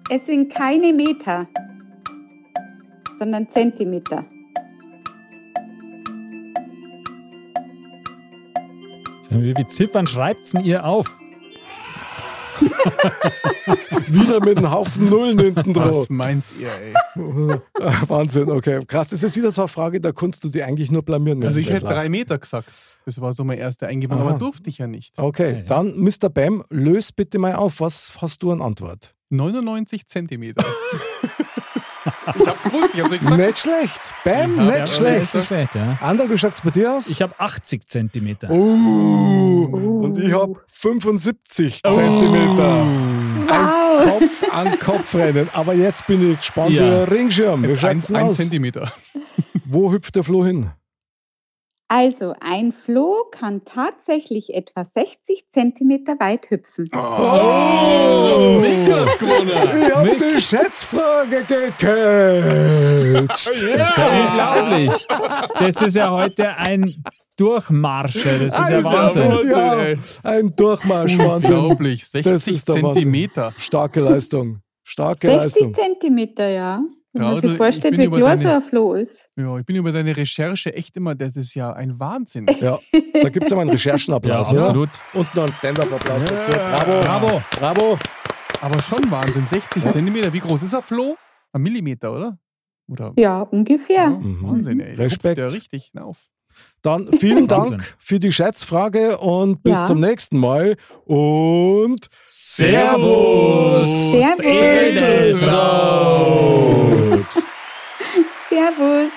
S8: Es sind keine Meter, sondern Zentimeter.
S2: Wie viele Ziffern schreibt's denn ihr auf?
S4: Wieder mit einem Haufen Nullen hinten drauf.
S5: Was meint ihr, ey?
S4: Ah, Wahnsinn, okay. Krass, das ist wieder so eine Frage, da kannst du die eigentlich nur blamieren. wenn's
S5: Also ich
S4: blöd
S5: hätte drei
S4: läuft.
S5: Meter gesagt. Das war so meine erste Eingebung,
S4: Aha.
S5: aber durfte ich ja nicht.
S4: Okay,
S2: Ja, ja.
S4: dann Mr. Bam, löst bitte mal auf. Was hast du an Antwort?
S5: 99 Zentimeter. ich hab's gewusst, ich hab's euch gesagt.
S4: Nicht schlecht. Bam,
S5: Ja,
S4: nicht
S5: ja,
S4: schlecht.
S2: Das ist schlecht, ja.
S4: Ander, wie schaut's bei dir aus?
S2: Ich habe 80 Zentimeter.
S4: oh, und ich habe 75
S5: Oh.
S4: Zentimeter.
S8: Wow!
S4: Kopf an Kopf rennen. Aber jetzt bin ich gespannt
S2: Ja.
S4: wie ein Ringschirm. Wie
S5: Jetzt
S4: schaut's
S5: ein,
S4: denn
S5: ein
S4: aus?
S5: Zentimeter.
S4: Wo hüpft der Flo hin?
S8: Also, ein Floh kann tatsächlich etwa 60 Zentimeter weit hüpfen.
S5: Oh, Mick hat gewonnen.
S4: Ich hab die Schätzfrage gecatcht.
S2: Das ist ja unglaublich. Das ist ja heute ein Durchmarscher. Das ist ja
S4: Also,
S2: Wahnsinn.
S5: Wahnsinn, ey.
S4: ja, ein Durchmarsch, Wahnsinn.
S5: Unglaublich,
S4: Das
S5: 60
S4: ist der Wahnsinn.
S5: Zentimeter.
S4: Starke Leistung. Starke
S8: 60
S4: Leistung.
S8: Zentimeter, ja. Wenn man
S5: Traudel,
S8: sich vorstellt,
S5: also ich bin über
S8: wie klar
S5: deine-
S8: so ein Floh ist.
S5: Ja, ich bin über deine Recherche echt immer, das ist ja ein Wahnsinn.
S4: Ja, da gibt es mal einen
S2: Ja,
S4: Recherchenapplaus, oder?
S2: absolut.
S4: Und noch einen Stand-Up-Applaus dazu.
S5: Ja.
S4: Bravo.
S2: Bravo.
S4: Bravo.
S5: Aber schon Wahnsinn, 60 Zentimeter. Wie groß ist er, Flo? Ein Millimeter, oder? Oder
S8: Ja, ungefähr.
S5: Wahnsinn, ey.
S4: Respekt.
S5: Respekt. Ja, richtig auf.
S4: Dann vielen
S2: Wahnsinn.
S4: Dank für die Schätzfrage und bis
S8: Ja.
S4: zum nächsten Mal. Und
S2: Servus.
S8: Servus.
S4: Edeltraut.
S8: Servus!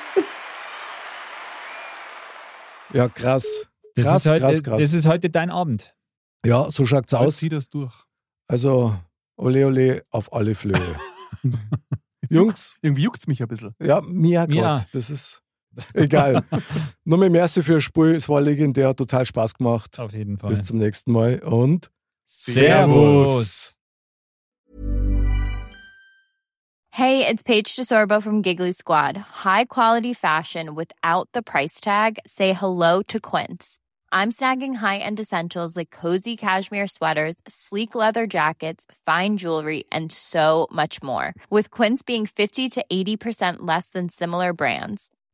S4: Ja, krass.
S2: Das,
S4: Krass,
S2: ist heute,
S4: krass, krass.
S2: das ist halt heute dein Abend.
S4: Ja, so schaut's
S5: Aus.
S4: aus.
S5: Zieh das durch.
S4: Also, ole ole auf alle Flöhe. Jungs,
S5: Irgendwie juckt's mich ein bisschen.
S4: ja, mir Gott,
S2: Ja.
S4: das ist egal. Nur mehr merci für das Spiel, es war legendär, hat total Spaß gemacht.
S2: Auf jeden Fall.
S4: Bis zum nächsten Mal und
S2: Servus.
S9: Hey, it's Paige DeSorbo from Giggly Squad. High quality fashion without the price tag. Say hello to Quince. I'm snagging high-end essentials like cozy cashmere sweaters, sleek leather jackets, fine jewelry, and so much more. With Quince being 50 to 80% less than similar brands.